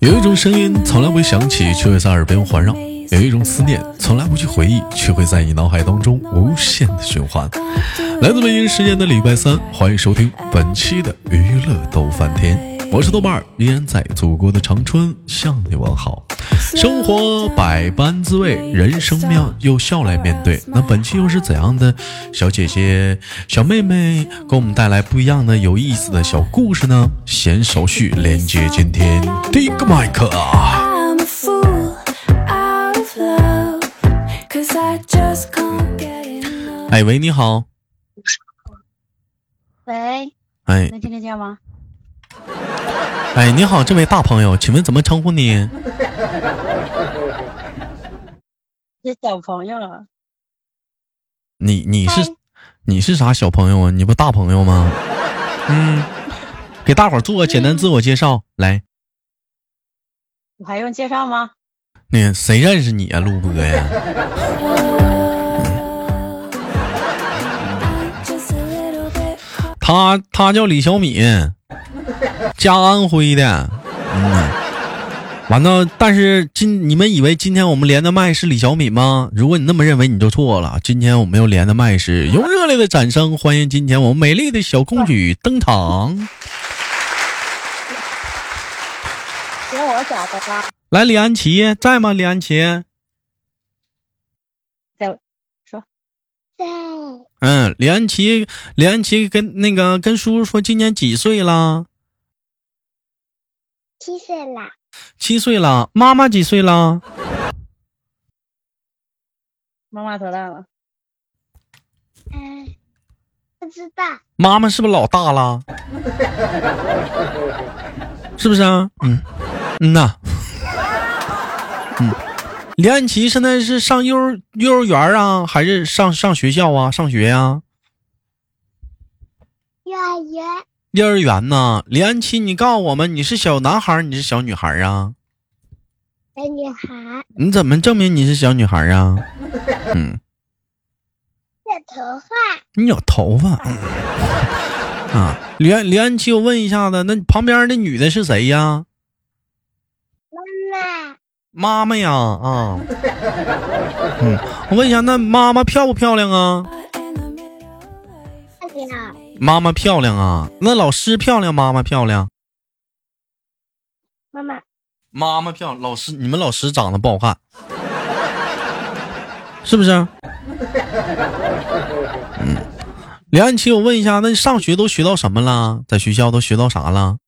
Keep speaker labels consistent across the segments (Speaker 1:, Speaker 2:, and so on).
Speaker 1: 有一种声音从来不会响起，却会在耳边环绕；有一种思念从来不去回忆，却会在你脑海当中无限的循环。来自北京时间的礼拜三，欢迎收听本期的娱乐逗翻天，我是豆瓣儿，依然在祖国的长春向你问好。生活百般滋味，人生妙又笑来面对。 那本期又是怎样的小姐姐、小妹妹给我们带来不一样的、有意思的小故事呢？闲手续连接今天第一个麦克啊！
Speaker 2: I'm a fool out of love, cause I just can't get enough.
Speaker 1: 哎喂，你好，
Speaker 3: 喂，
Speaker 1: 哎
Speaker 3: 能听得见吗？
Speaker 1: 哎，你好，这位大朋友，请问怎么称呼你？
Speaker 3: 这小朋友了，
Speaker 1: 你你是
Speaker 3: 嗨
Speaker 1: 你是啥小朋友啊？你不大朋友 吗？嗯，给大伙儿做个简单自我介绍，来，
Speaker 3: 我还用介绍吗？
Speaker 1: 那谁认识你啊？录播呀？
Speaker 2: I'm just a little bit caught
Speaker 1: 他他叫李小米，家安徽的。嗯，完了，但是今你们以为今天我们连的麦是李小米吗？如果你那么认为，你就错了。今天我们要连的麦是用热烈的掌声欢迎今天我们美丽的小公举登场。
Speaker 3: 给我找的吧，
Speaker 1: 来，李安琪在吗？李安琪，
Speaker 3: 在说，
Speaker 1: 嗯，李安琪，李安琪跟那个跟叔叔说今年几岁啦？
Speaker 4: 七岁啦，
Speaker 1: 七岁啦。妈妈几岁啦？
Speaker 3: 妈妈多大了？
Speaker 4: 嗯，不知道，
Speaker 1: 妈妈是不是老大 了？是不是啊？嗯，嗯呐，嗯，李安琪现在是上幼儿幼儿园啊，还是上上学校啊？上学呀、
Speaker 4: 幼儿园
Speaker 1: 幼儿园呐、李安琪，你告诉我们，你是小男孩儿，你是小女孩儿啊？
Speaker 4: 的女孩
Speaker 1: 你怎么证明你是小女孩儿啊？嗯，
Speaker 4: 的头发，
Speaker 1: 你有头发嗯啊？李安李安琪，我问一下子，那旁边那女的是谁呀？
Speaker 4: 妈妈
Speaker 1: 妈妈呀，啊，嗯，我问一下，那妈妈漂不漂亮啊？
Speaker 2: in the middle of life.
Speaker 4: 快点儿，
Speaker 1: 妈妈漂亮啊，那老师漂亮，妈妈漂亮，
Speaker 4: 妈妈
Speaker 1: 妈妈漂亮，老师，你们老师长得不好看，是不是？嗯，梁安琪，我问一下，那上学都学到什么了？在学校都学到啥了？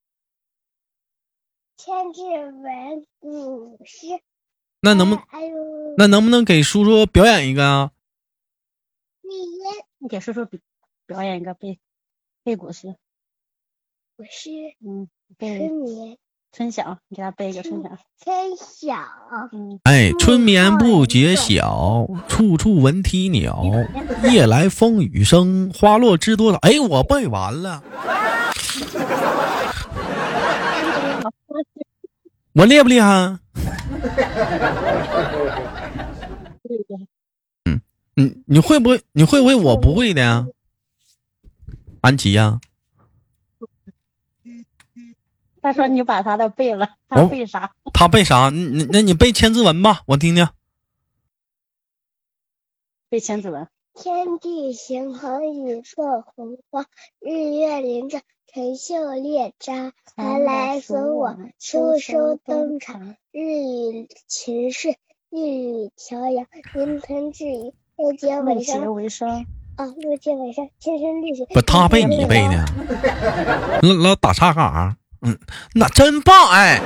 Speaker 4: 千字文古诗，
Speaker 1: 那能不
Speaker 4: 哎哎呦，
Speaker 1: 那能不能给叔叔表演一个啊？
Speaker 4: 你也
Speaker 3: 你给叔叔比表演一个背背古诗，
Speaker 4: 古诗，
Speaker 3: 嗯，
Speaker 4: 春
Speaker 3: 背
Speaker 4: 眠
Speaker 3: 春晓，你给他背一个春晓，
Speaker 4: 春晓，
Speaker 3: 嗯，
Speaker 1: 哎，春眠不觉晓，处处闻啼鸟。夜来风雨声，花落知多少。哎，我背完了，我厉不厉害？啊你你会不会？你会不会我不会的呀？安琪啊呀、
Speaker 3: 他说你把他的背了，他
Speaker 1: 哦
Speaker 3: 背啥？
Speaker 1: 他背啥？你你那你背千字文吧，我听听。
Speaker 3: 背千字文，
Speaker 4: 天地行横，宇宙洪荒，日月临阵，辰宿列张。寒来锁
Speaker 1: 啊
Speaker 4: 我，秋收冬藏。
Speaker 3: 藏。
Speaker 4: 日与秦氏，日与乔阳，临盆至雨，六节
Speaker 3: 为
Speaker 4: 尾
Speaker 3: 节
Speaker 4: 声
Speaker 3: 为生，
Speaker 4: 啊，六节尾声，千山绿水。
Speaker 1: 不，他背你背 的，老老打岔干啥？嗯，那真棒哎，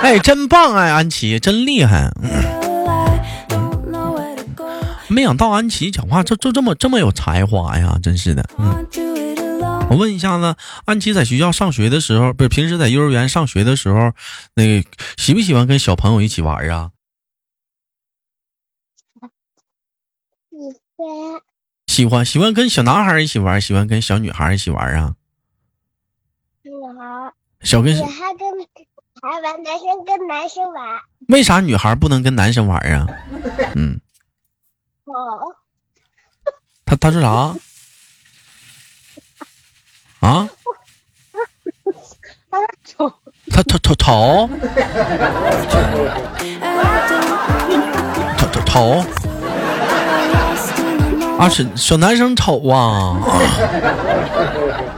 Speaker 1: 哎，真棒哎，安琪真厉害。嗯
Speaker 2: Still, I don't know where to go.
Speaker 1: 没想到安琪讲话这这这么这么有才华呀，真是的。嗯，
Speaker 2: Can't do it alone.
Speaker 1: 我问一下呢，安琪在学校上学的时候，不是平时在幼儿园上学的时候，那个喜不喜欢跟小朋友一起玩啊？
Speaker 4: 你飞，
Speaker 1: 喜欢，喜欢跟小男孩一起玩，喜欢跟小女孩一起玩啊？
Speaker 4: 女孩，
Speaker 1: 小跟
Speaker 4: 女孩跟女孩玩，男生跟男生玩。
Speaker 1: 为啥女孩不能跟男生玩啊？嗯，
Speaker 4: 哦，
Speaker 1: 他他说啥？啊？
Speaker 3: 他说丑，
Speaker 1: 他头头头头头头，啊，小小男生丑啊，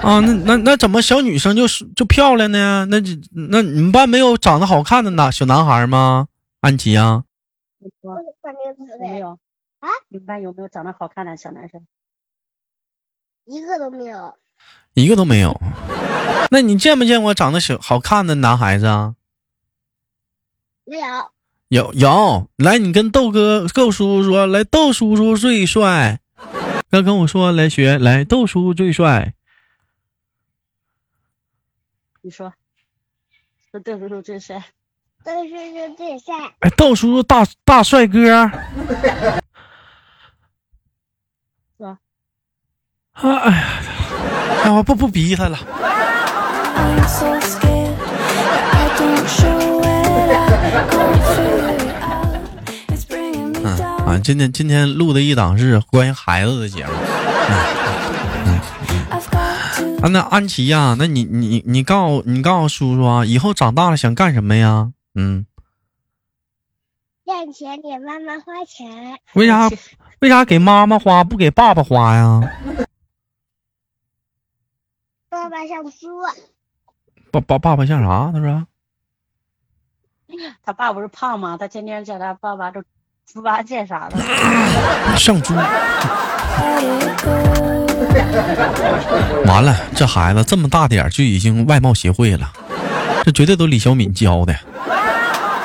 Speaker 1: 啊，那那那怎么小女生就是就漂亮呢？那这那你们班没有长得好看的男小男孩吗？安琪啊，
Speaker 3: 你说
Speaker 4: 换这个词
Speaker 3: 有
Speaker 4: 呗
Speaker 3: 没有？
Speaker 4: 啊？
Speaker 3: 你们班有没有长得好看的小男生？
Speaker 4: 一个都没有。
Speaker 1: 一个都没有。那你见没见过长得小好看的男孩子啊？
Speaker 4: 没有，
Speaker 1: 有有，来，你跟豆哥、豆叔叔说，来，豆叔叔最帅。要跟我说，来学，来，豆叔最帅。
Speaker 3: 你说， 说对不对？真是
Speaker 4: 都是是最帅，
Speaker 1: 哎，豆叔叔大大帅哥。啊，
Speaker 3: 说
Speaker 1: 哎呀，哎，我不不逼他了。
Speaker 2: I'm so scared that I don't show it. I can't figure it out. It's bringing me
Speaker 1: 嗯
Speaker 2: down.
Speaker 1: 啊，今天今天录的一档是关于孩子的节目。
Speaker 2: I've got to
Speaker 1: 啊，那安琪呀、那你你你告诉你告诉叔叔啊，以后长大了想干什么呀？嗯，
Speaker 4: 赚钱给妈妈花钱，
Speaker 1: 为啥为啥给妈妈花不给爸爸花呀？
Speaker 4: 爸爸上书，
Speaker 1: 爸爸爸爸像啥？他说
Speaker 3: 他爸不是胖吗？他天天叫他爸爸都猪八戒啥 的。
Speaker 1: 哎像猪。
Speaker 2: let it go.
Speaker 1: 完了，这孩子这么大点儿就已经外貌协会了，这绝对都李小敏教的，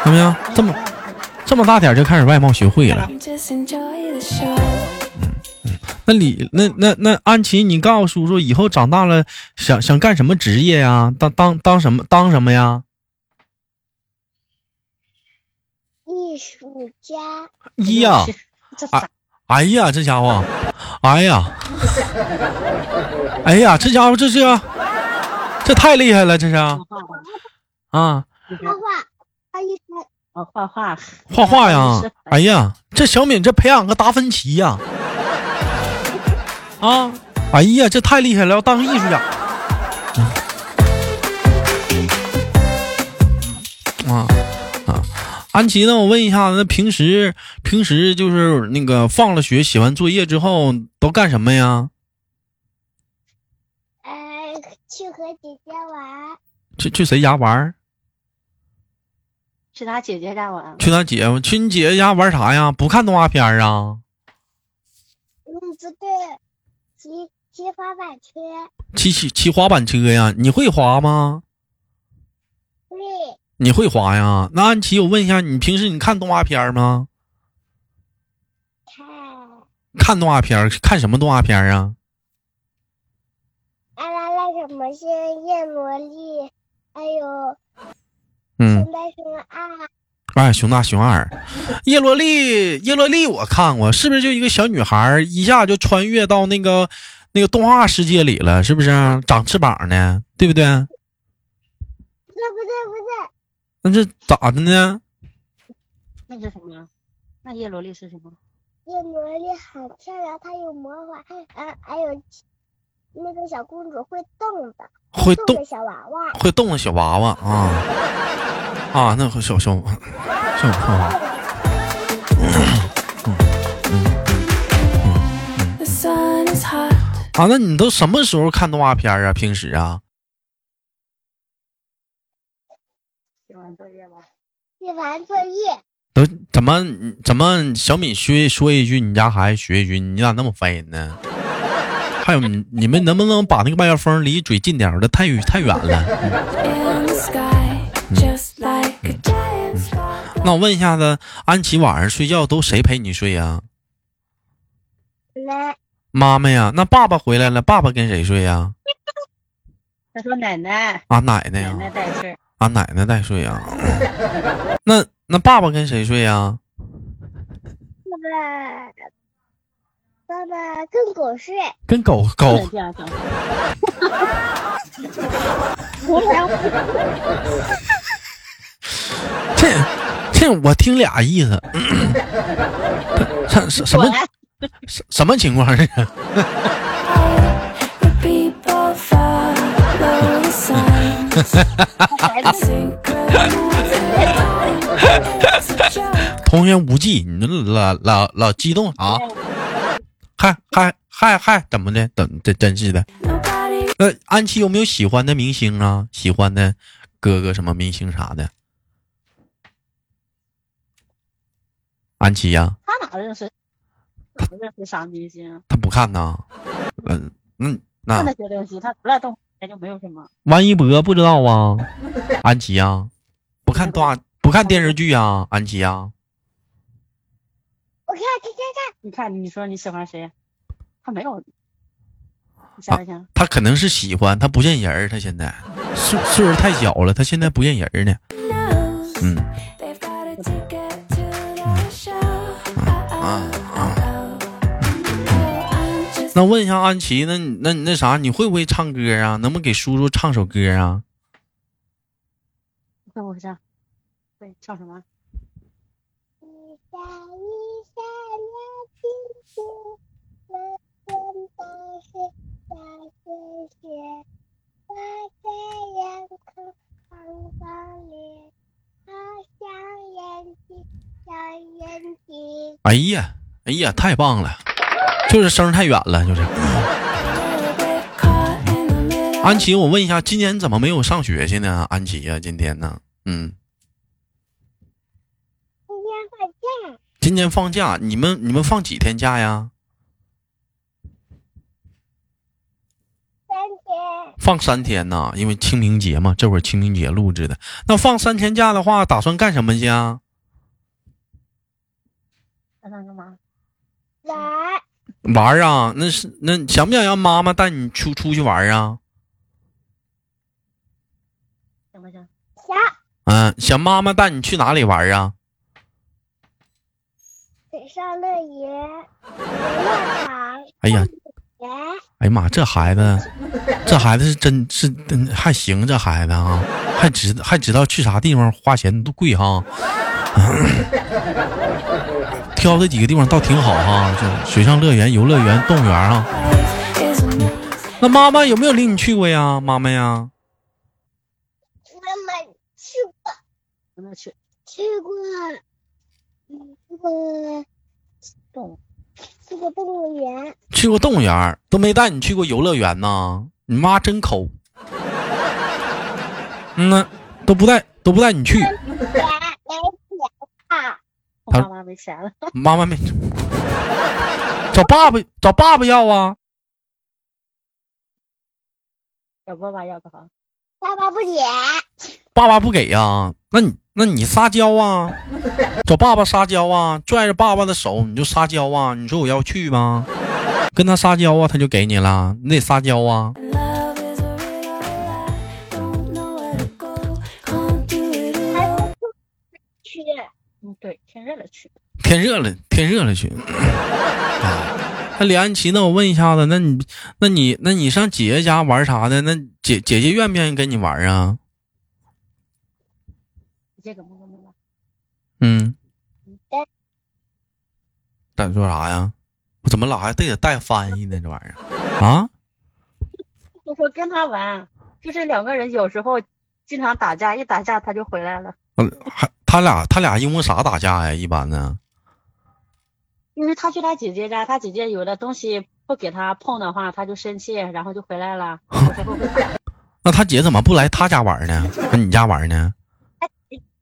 Speaker 1: 看没有？这么这么大点儿就开始外貌协会了。
Speaker 2: Just enjoy the show.
Speaker 1: 那李那那那安琪，你告诉叔叔以后长大了想想干什么职业呀？当当当什么当什么呀？
Speaker 4: 艺术家，
Speaker 1: 一呀、
Speaker 3: 这啥？
Speaker 1: 哎呀，这家伙，哎呀，哎呀，这家伙这是啊这太厉害了，这是
Speaker 3: 画画吧，
Speaker 1: 啊，
Speaker 3: 你看
Speaker 4: 画画，他一开
Speaker 3: 啊，画画，
Speaker 1: 画画呀
Speaker 3: 是，
Speaker 1: 哎呀，这小敏这培养个达芬奇 呀，啊，哎呀，这太厉害了，要当个艺术家。嗯啊啊！安琪呢？我问一下，那平时平时就是那个放了学写完作业之后都干什么呀？
Speaker 4: 呃去和姐姐玩，
Speaker 1: 去去谁家玩儿？
Speaker 3: 去他姐姐家玩。
Speaker 1: 去他姐夫，去你姐姐家玩啥呀？不看动画片儿啊？
Speaker 4: 嗯不对，骑骑滑板车，
Speaker 1: 骑骑骑滑板车呀？你会滑吗？
Speaker 4: 对，
Speaker 1: 你会滑呀？那安琪，我问一下，你平时你看动画片儿吗？
Speaker 4: 看
Speaker 1: 看动画片儿，看什么动画片儿啊？
Speaker 4: 阿拉那什么星夜魔力，哎还有
Speaker 1: 嗯，
Speaker 4: 圣诞熊二，
Speaker 1: 哎，熊大熊二，叶罗丽，叶罗丽，我看过，是不是就一个小女孩儿一下就穿越到那个那个动画世界里了？是不是长翅膀呢？对不对？
Speaker 4: 不对不对不对，
Speaker 1: 那这咋的呢？
Speaker 3: 那是什么？那叶罗丽是什么？
Speaker 4: 夜魔力很漂亮，她有魔法，呃还有那个小公主会动的，
Speaker 1: 会
Speaker 4: 动
Speaker 1: 动
Speaker 4: 的小娃娃，
Speaker 1: 会动的小娃娃啊啊，那个小小小小娃娃，
Speaker 2: The sun is hot.
Speaker 1: 啊，那你都什么时候看动画片啊？平时啊？
Speaker 3: 写完作业吧。
Speaker 4: 写完作业。
Speaker 1: 都怎么怎么？小敏学说一句，你家孩子学一句，你咋那么烦人呢？ 还有你你们能不能把那个麦克风离嘴近点儿？我这太远太远了。
Speaker 2: in the sky, just like a giant spark.
Speaker 1: 那我问一下子，安琪晚上睡觉都谁陪你睡呀、
Speaker 4: 来，
Speaker 1: 妈妈呀？那爸爸回来了，爸爸跟谁睡呀、
Speaker 3: 他说奶奶，
Speaker 1: 啊？奶奶
Speaker 3: 奶
Speaker 1: 呀、
Speaker 3: 奶带睡。
Speaker 1: 啊，奶奶带睡啊。 那那爸爸跟谁睡呀、
Speaker 4: 爸爸，爸爸跟狗睡，
Speaker 1: 跟狗
Speaker 3: 不
Speaker 1: 狗
Speaker 3: 能这样讲。
Speaker 1: 这这我听俩意思， 什什什么
Speaker 3: 滚
Speaker 1: 什什么情况这是？
Speaker 2: The people follow the sun.
Speaker 3: 孩子，
Speaker 1: 童言无忌，你老老老激动啊啥、还还还还怎么的？等这真是的。那安琪有没有喜欢的明星啊？喜欢的哥哥什么明星啥的？安琪呀、
Speaker 3: 他哪认识？哪认识啥明星？
Speaker 1: 他不看呐。嗯嗯，那
Speaker 3: 看那些东西，他除了动画片就没有什么。
Speaker 1: 王一博不知道啊？安琪呀、不看动画不看电视剧啊？安琪呀、
Speaker 4: 我看看看
Speaker 3: 你看，你说你喜欢谁？他没有。你想一想，
Speaker 1: 他可能是喜欢，他不认人儿，他现在岁岁数太小了，他现在不认人儿呢。嗯，那问一下安琪，那你那你那啥，你会不会唱歌啊？能不能给叔叔唱首歌啊？
Speaker 3: 怎么回事？对，唱什么？
Speaker 4: 看，一闪一闪亮晶晶，满天都是小星星，我在阳光房光里，好想眼睛，想眼睛。
Speaker 1: 哎呀，哎呀，太棒了！就是声儿太远了，就是。安琪，我问一下，今年怎么没有上学去呢？安琪呀、今天呢？嗯，
Speaker 4: 今天放假，
Speaker 1: 今年放假，你们你们放几天假呀？
Speaker 4: 三天
Speaker 1: 放三天呐，因为清明节嘛，这会儿清明节录制的。那放三天假的话，打算干什么去啊？
Speaker 3: 他唱干嘛？
Speaker 4: 玩，
Speaker 1: 玩儿啊？那是那想不想让妈妈带你出出去玩儿啊？
Speaker 3: 行不行？
Speaker 4: 小
Speaker 1: 嗯，想妈妈带你去哪里玩儿啊？
Speaker 4: 水上乐园、游乐场、
Speaker 1: 哎呀，
Speaker 4: 园。
Speaker 1: 哎呀妈，这孩子，这孩子是真是真还行，这孩子啊，还知还知道去啥地方花钱都贵哈、 挑这几个地方倒挺好哈、这水上乐园、游乐园、动物园啊。那妈妈有没有领你去过呀？妈妈呀，
Speaker 4: 妈妈去过
Speaker 3: 有没有去
Speaker 4: 去过，嗯，去过
Speaker 3: 动物？
Speaker 4: 去过动物园，
Speaker 1: 去过动物园儿，都没带你去过游乐园呢。你妈真抠。嗯呐，都不带都不带你去，
Speaker 4: 玩没钱啊，
Speaker 3: 我爸妈没钱了，
Speaker 1: 妈妈没找爸爸找爸爸要啊。
Speaker 3: 找爸爸要个好。
Speaker 4: 爸爸不给，
Speaker 1: 爸爸不给呀、那你那你撒娇啊，找爸爸撒娇啊，拽着爸爸的手你就撒娇啊，你说我要去吗？跟他撒娇啊，他就给你了，你得撒娇啊。
Speaker 4: 去
Speaker 3: 嗯，对，天热了去。
Speaker 1: 天热了，天热了去。啊那李安琪，那我问一下子，那你那你那你上姐姐家玩啥的？那姐姐姐愿不愿意跟你玩啊？
Speaker 3: 这个木木
Speaker 1: 嗯
Speaker 4: 嗯，
Speaker 1: 敢说啥呀？我怎么老还得带翻译呢？这玩意儿啊？
Speaker 3: 我说跟他玩，就是两个人有时候经常打架，一打架他就回来了，
Speaker 1: 嗯，还他俩他俩因为啥打架呀？一般呢？
Speaker 3: 因为他去他姐姐家，他姐姐有的东西不给他碰的话，他就生气，然后就回来了，有时候会打。
Speaker 1: 那他姐怎么不来他家玩呢？跟你家玩呢？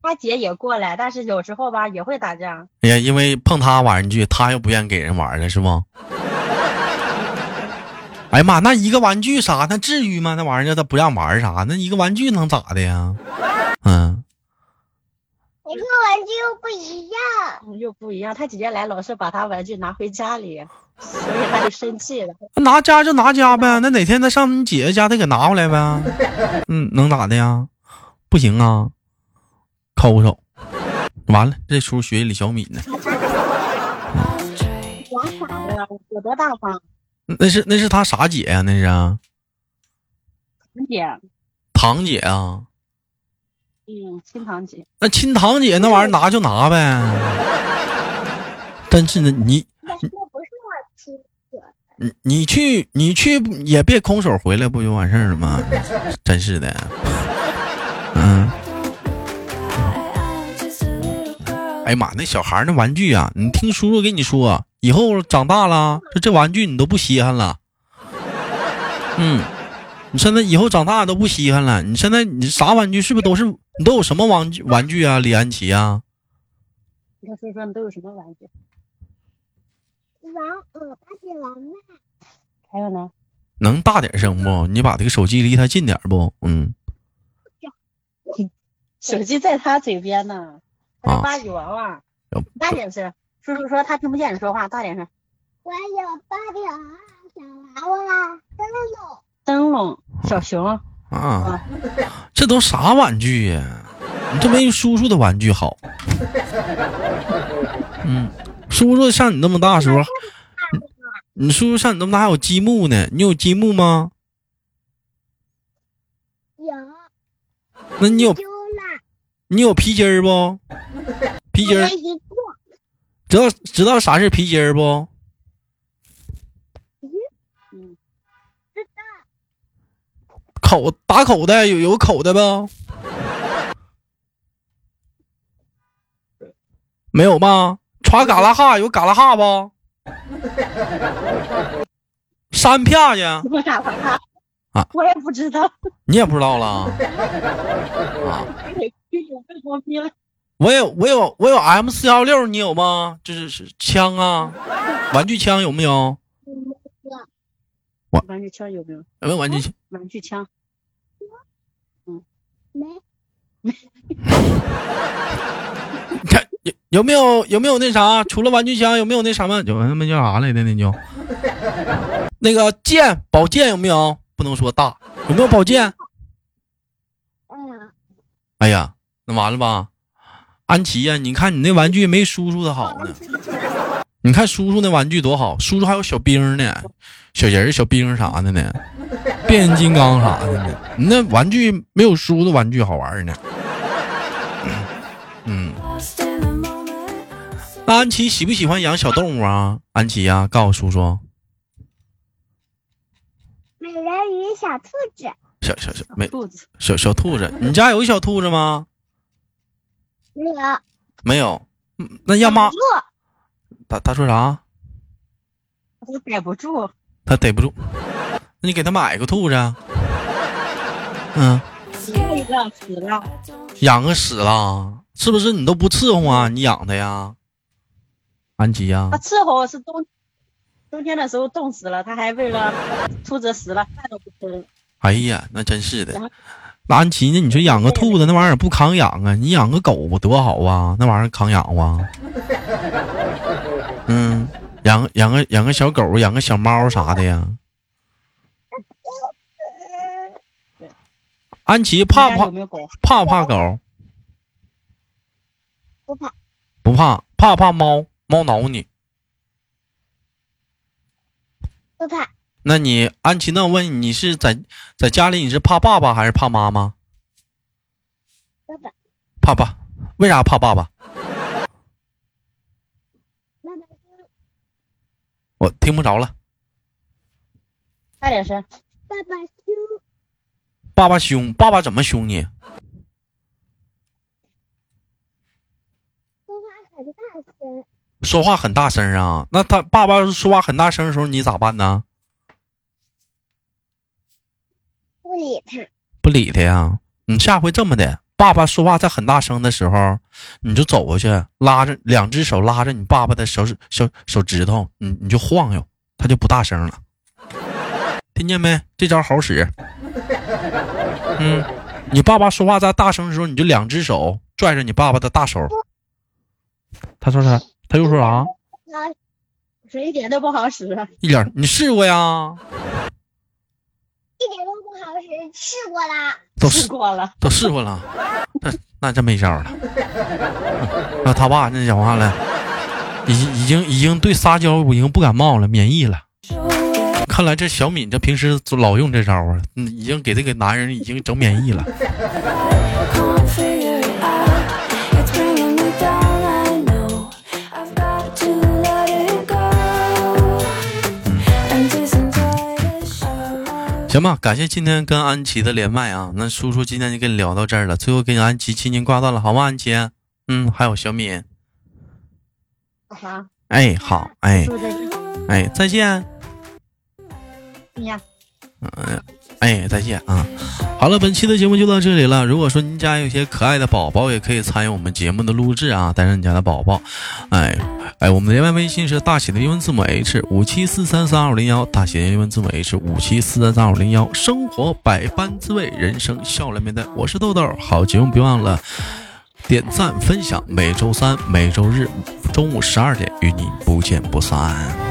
Speaker 3: 他姐也过来，但是有时候吧也会打架，
Speaker 1: 哎呀，因为碰他玩具，他又不愿意给人玩了，是不？ 哎呀妈，那一个玩具啥，那至于吗？那玩意儿他不让玩啥，那一个玩具能咋的呀？嗯，
Speaker 4: 每个玩具又不一样，
Speaker 3: 嗯又不一样。他姐姐来老是把他玩具拿回家里，所以他就生气了。
Speaker 1: 那拿家就拿家呗，那哪天他上你姐姐家，他给拿回来呗。嗯，能咋的呀？不行啊，抠手。完了，这出学习李小敏呢。
Speaker 3: 哎呀，有多大方？
Speaker 1: 那是那是他啥姐呀、那是啊
Speaker 3: 堂姐，
Speaker 1: 堂姐啊？
Speaker 3: 嗯，亲堂姐，
Speaker 1: 那亲堂姐那玩意儿拿就拿呗。 真是的，你
Speaker 4: 但是不是我亲的，
Speaker 1: 你你 去你去也别空手回来，不就完事儿了吗？真是的，嗯哎呀妈，那小孩儿那玩具啊，你听叔叔跟你说、啊，以后长大了，这这玩具你都不稀罕了。嗯，你现在以后长大都不稀罕了。你现在你啥玩具是不是都是你都有什么玩具玩具啊？李安琪啊，
Speaker 3: 你看说说你都有什么玩具？
Speaker 4: 玩偶芭比娃娃，
Speaker 3: 还有呢？
Speaker 1: 能大点声不？你把这个手机离他近点儿不？嗯，
Speaker 3: 手机在他嘴边呢，他
Speaker 1: 啊
Speaker 3: 是芭比娃娃，
Speaker 1: 要不
Speaker 3: 大点声。叔叔说他听不见你说话，大点声。
Speaker 4: 我有芭比娃娃、小娃娃、灯笼、
Speaker 3: 灯笼、小 熊，
Speaker 1: 啊，这都啥玩具呀、你这没叔叔的玩具好。嗯，叔叔像你那么大时候，你你叔叔像你那么大还有积木呢。你有积木吗？
Speaker 4: 有
Speaker 1: 那你有
Speaker 4: 丢了，
Speaker 1: 你有皮筋儿不？皮筋儿
Speaker 4: 没一个，
Speaker 1: 知道知道啥是皮筋儿不？
Speaker 3: 嗯，
Speaker 1: 口打口袋有有口袋不？没有吧？穿嘎啦哈有嘎啦哈不？山啪去，
Speaker 3: 我咋了？
Speaker 1: 啊
Speaker 3: 我也不知 道，
Speaker 1: 你也不知道了？啊
Speaker 3: 被我哎被装逼了。
Speaker 1: 我有我有我有 M 四幺六，你有吗？就是是枪啊，玩具枪有没有？
Speaker 3: 玩具枪有没有？
Speaker 1: 有没有玩具枪？
Speaker 3: 玩具枪，
Speaker 4: 没
Speaker 1: 有有没有有没有那啥？除了玩具枪，有没有那什么？有那么叫啥来的？那叫那个剑，宝剑有没有？不能说大，有没有宝剑？
Speaker 4: 嗯，
Speaker 1: 哎呀，那完了吧？安琪呀、你看你那玩具没叔叔的好呢。你看叔叔那玩具多好，叔叔还有小兵呢，小人儿、小兵啥的呢，变形金刚啥的呢。你那玩具没有叔叔的玩具好玩呢。
Speaker 2: Lost in the moment. I'm so
Speaker 1: 那安琪喜不喜欢养小动物啊？安琪呀、告诉叔叔，
Speaker 4: 美人鱼、小兔子
Speaker 1: 小小小没
Speaker 3: 兔子，
Speaker 1: 小小兔子，你家有小兔子吗？
Speaker 4: 没有，
Speaker 1: 没有。嗯那让妈
Speaker 4: 鹿，
Speaker 1: 他他说啥？
Speaker 3: 我逮不住。
Speaker 1: 他逮不住。那你给他买个兔子啊。嗯，
Speaker 3: 下一个死了，
Speaker 1: 养个死了，是不是？你都不伺候啊？你养它呀？安吉呀
Speaker 3: 他、伺候是冬冬天的时候冻死了，他还为了兔子死了饭都不吃。
Speaker 1: 哎呀，那真是的
Speaker 3: 然后。
Speaker 1: 那安琪呢？你说养个兔子那玩意儿不扛养啊？你养个狗多好啊，那玩意儿扛养啊。嗯，养养个养个小狗，养个小猫啥的呀。安琪怕
Speaker 3: 你
Speaker 1: 不
Speaker 3: 家
Speaker 1: 怕
Speaker 3: 有没有狗？
Speaker 1: 怕不怕狗？
Speaker 4: 不怕，
Speaker 1: 不怕，怕不怕猫？猫挠你？
Speaker 4: 不怕，
Speaker 1: 那你安琪，那我问你，你是在在家里你是怕爸爸还是怕妈妈？
Speaker 4: 爸爸，
Speaker 1: 怕爸，为啥怕爸爸？
Speaker 4: 爸爸，
Speaker 1: 我听不着了。
Speaker 3: 大点声，
Speaker 4: 爸爸凶，
Speaker 1: 爸爸凶，爸爸怎么凶你？
Speaker 4: 说话
Speaker 1: 说话很
Speaker 4: 很大声，
Speaker 1: 大声啊。那他爸爸说话很大声的时候，你咋办呢？
Speaker 4: 不理他，
Speaker 1: 不理他呀。你下回这么的，爸爸说话在很大声的时候，你就走过去，拉着两只手拉着你爸爸的手指手手指头，你你就晃悠，他就不大声了。听见没？这招好使。嗯，你爸爸说话在大声的时候，你就两只手拽着你爸爸的大手。他说啥？他又说啥？
Speaker 4: 老
Speaker 3: 水一点都不好使。
Speaker 1: 一点你试过呀？
Speaker 4: 一点都不好使，试过啦，
Speaker 1: 都试
Speaker 3: 试过了，
Speaker 1: 都试过了，那那真没招了。嗯那他爸那讲话了，已经已经已经对撒娇已经不感冒了，免疫了。看来这小敏这平时老用这招啊，嗯已经给这个男人已经整免疫了。
Speaker 2: Can't figure it out. It's bringing me down. I know I've got to let it go and just enjoy the show.
Speaker 1: 行吧，感谢今天跟安琪的连麦啊。那叔叔今天就跟你聊到这儿了，最后跟安琪轻轻挂断了，好吗？安琪，嗯，还有小敏，
Speaker 3: 好，
Speaker 1: 哎，好，哎，
Speaker 3: 祝大家，
Speaker 1: 哎，再见，
Speaker 3: 哎呀，
Speaker 1: 哎，再见啊！好了，本期的节目就到这里了。如果说您家有些可爱的宝宝，也可以参与我们节目的录制啊，带上你家的宝宝。哎，哎，我们的连麦微信是大写的英文字母 H 五七四三三二零幺，大写的英文字母 H 五七四三三二零幺。生活百般滋味，人生笑来面对。我是豆豆，好节目别忘了点赞分享，每周三、每周日中午十二点与你不见不散。